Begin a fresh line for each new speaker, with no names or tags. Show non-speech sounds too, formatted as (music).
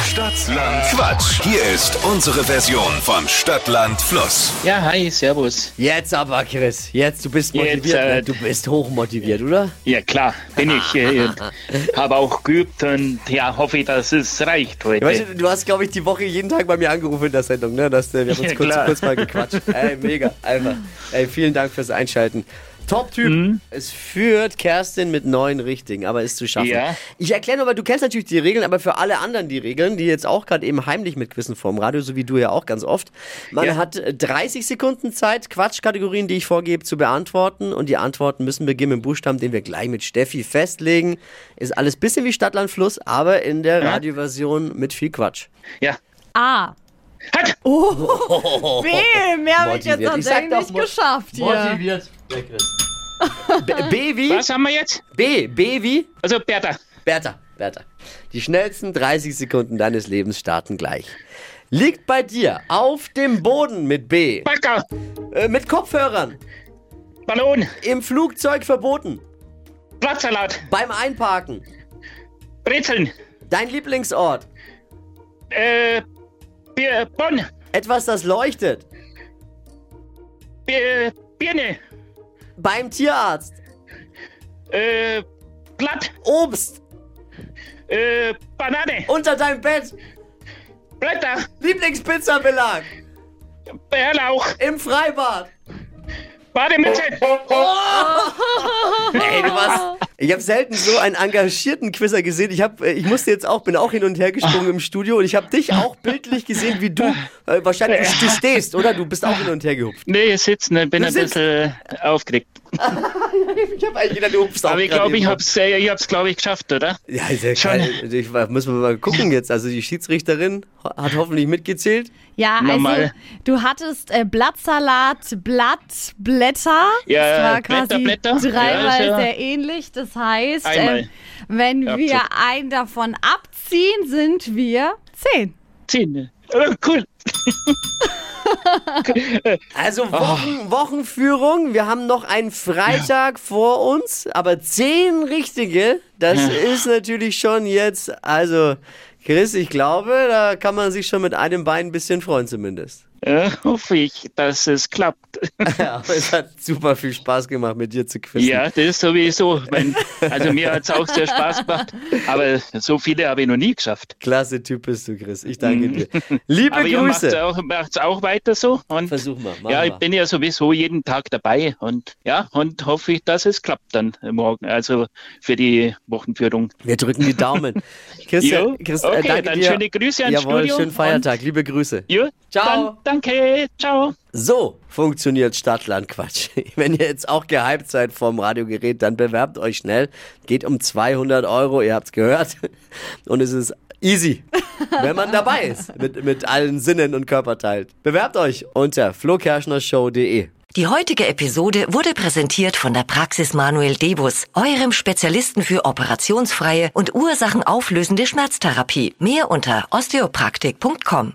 Stadtland Quatsch. Hier ist unsere Version von Stadtland Fluss.
Ja, hi, servus.
Jetzt aber, Chris. Jetzt, du bist
Jetzt,
motiviert.
äh,
ne? du bist hochmotiviert, oder?
Ja, klar, bin ich. (laughs) Äh, Habe auch geübt und ja, hoffe, dass es reicht heute.
Weißt du, du hast, glaube ich, die Woche jeden Tag bei mir angerufen in der Sendung, ne? Dass, äh, wir haben uns
Ja,
kurz,
klar.
kurz mal gequatscht.
(laughs)
Ey, mega, einfach. Ey, vielen Dank fürs Einschalten. Top-Typ.
Mhm.
Es führt Kerstin mit neun Richtigen, aber ist zu schaffen.
Ja.
Ich erkläre nochmal, du kennst natürlich die Regeln, aber für alle anderen die Regeln, die jetzt auch gerade eben heimlich mitquissen vorm Radio, so wie du ja auch ganz oft. Man
Ja.
hat äh, 30 Sekunden Zeit, Quatschkategorien, die ich vorgebe, zu beantworten. Und die Antworten müssen beginnen mit dem Buchstaben, den wir gleich mit Steffi festlegen. Ist alles bisschen wie Stadtland Fluss, aber in der Radioversion mit
(laughs)
viel Quatsch.
ja.
A.
Hat!
B. Mehr habe ich jetzt
Motiviert. Ich sag
tatsächlich
doch
nicht
mo-
geschafft hier.
B, B wie?
Was haben wir jetzt?
B. B wie?
Also, Bertha.
Bertha. Bertha. Die schnellsten 30 Sekunden deines Lebens starten gleich. Liegt bei dir auf dem Boden mit B.
Backer.
Äh, mit Kopfhörern.
Ballon.
Im Flugzeug verboten.
Blattsalat.
Beim Einparken.
Brezeln.
Dein Lieblingsort.
Äh, Bier, Bonn.
Etwas, das leuchtet.
Bier, Birne.
Beim Tierarzt.
Äh, Blatt.
Obst.
Äh, Banane.
Unter deinem Bett.
Blätter.
Lieblingspizzabelag.
Bärlauch.
Im Freibad.
Bademütze.
Ey, du warst. (laughs) Ich habe selten so einen engagierten Quizzer gesehen. Ich habe, ich musste jetzt auch, bin auch hin und her gesprungen im Studio und ich habe dich auch bildlich gesehen, wie du äh, wahrscheinlich du, du stehst, oder? Du bist auch hin und her gehupft.
Nee, ich sitze, ne, bin
Du
ein
sitzt.
bisschen aufgeregt.
(laughs) Ich habe eigentlich gedacht, du hupfst auch.
Aber ich
gerade
glaube, ich
eben.
hab's, äh, ich hab's, glaube ich, geschafft, oder?
Ja, ist ja
Schon.
geil. Also Ich, müssen wir mal gucken jetzt. Also die Schiedsrichterin hat hoffentlich mitgezählt.
Ja, also
Normal.
du hattest äh, Blattsalat, Blatt, Blätter.
Ja,
das war
Blätter,
quasi
Blätter. Ja,
dreimal
ist ja-
sehr ähnlich. Das heißt,
Einmal.
ähm, wenn
Ja,
wir
so.
einen davon abziehen, sind wir zehn.
Zehn. Oh, cool.
Also Wochen, Wochenführung. Wir haben noch einen Freitag vor uns, aber zehn richtige. Das ist natürlich schon jetzt. Also Chris, ich glaube, da kann man sich schon mit einem Bein ein bisschen freuen zumindest.
Ja, Äh, hoffe ich, dass es klappt.
(laughs) Ja, aber es hat super viel Spaß gemacht, mit dir zu quizzen.
Ja, das ist sowieso. Ich Mein, also mir hat's auch sehr Spaß gemacht, aber so viele habe ich noch nie geschafft.
Klasse Typ bist du, Chris. Ich danke (laughs) dir. Liebe
Aber ihr macht's
Grüße.
auch, macht's auch weiter so. Und
Versuch mal. machen
ja,
wir.
ich bin ja sowieso jeden Tag dabei und ja, und hoffe ich, dass es klappt dann morgen, also für die Wochenführung.
Wir drücken die Daumen. Christian,
Jo,
Chris, äh,
okay,
danke
dann
dir.
schöne Grüße ans
Jawohl,
Studio
schönen Feiertag. Liebe Grüße.
Jo,
Ciao.
Dann, danke, ciao.
So funktioniert Stadtlandquatsch. (laughs) Wenn ihr jetzt auch gehypt seid vom Radiogerät, dann bewerbt euch schnell. Geht um 200 Euro, ihr habt's gehört. (laughs) Und es ist easy, wenn man dabei ist, mit, mit allen Sinnen und Körperteilen. Bewerbt euch unter flokerschnershow.de.
Die heutige Episode wurde präsentiert von der Praxis Manuel Debus, eurem Spezialisten für operationsfreie und ursachenauflösende Schmerztherapie. Mehr unter osteopraktik.com.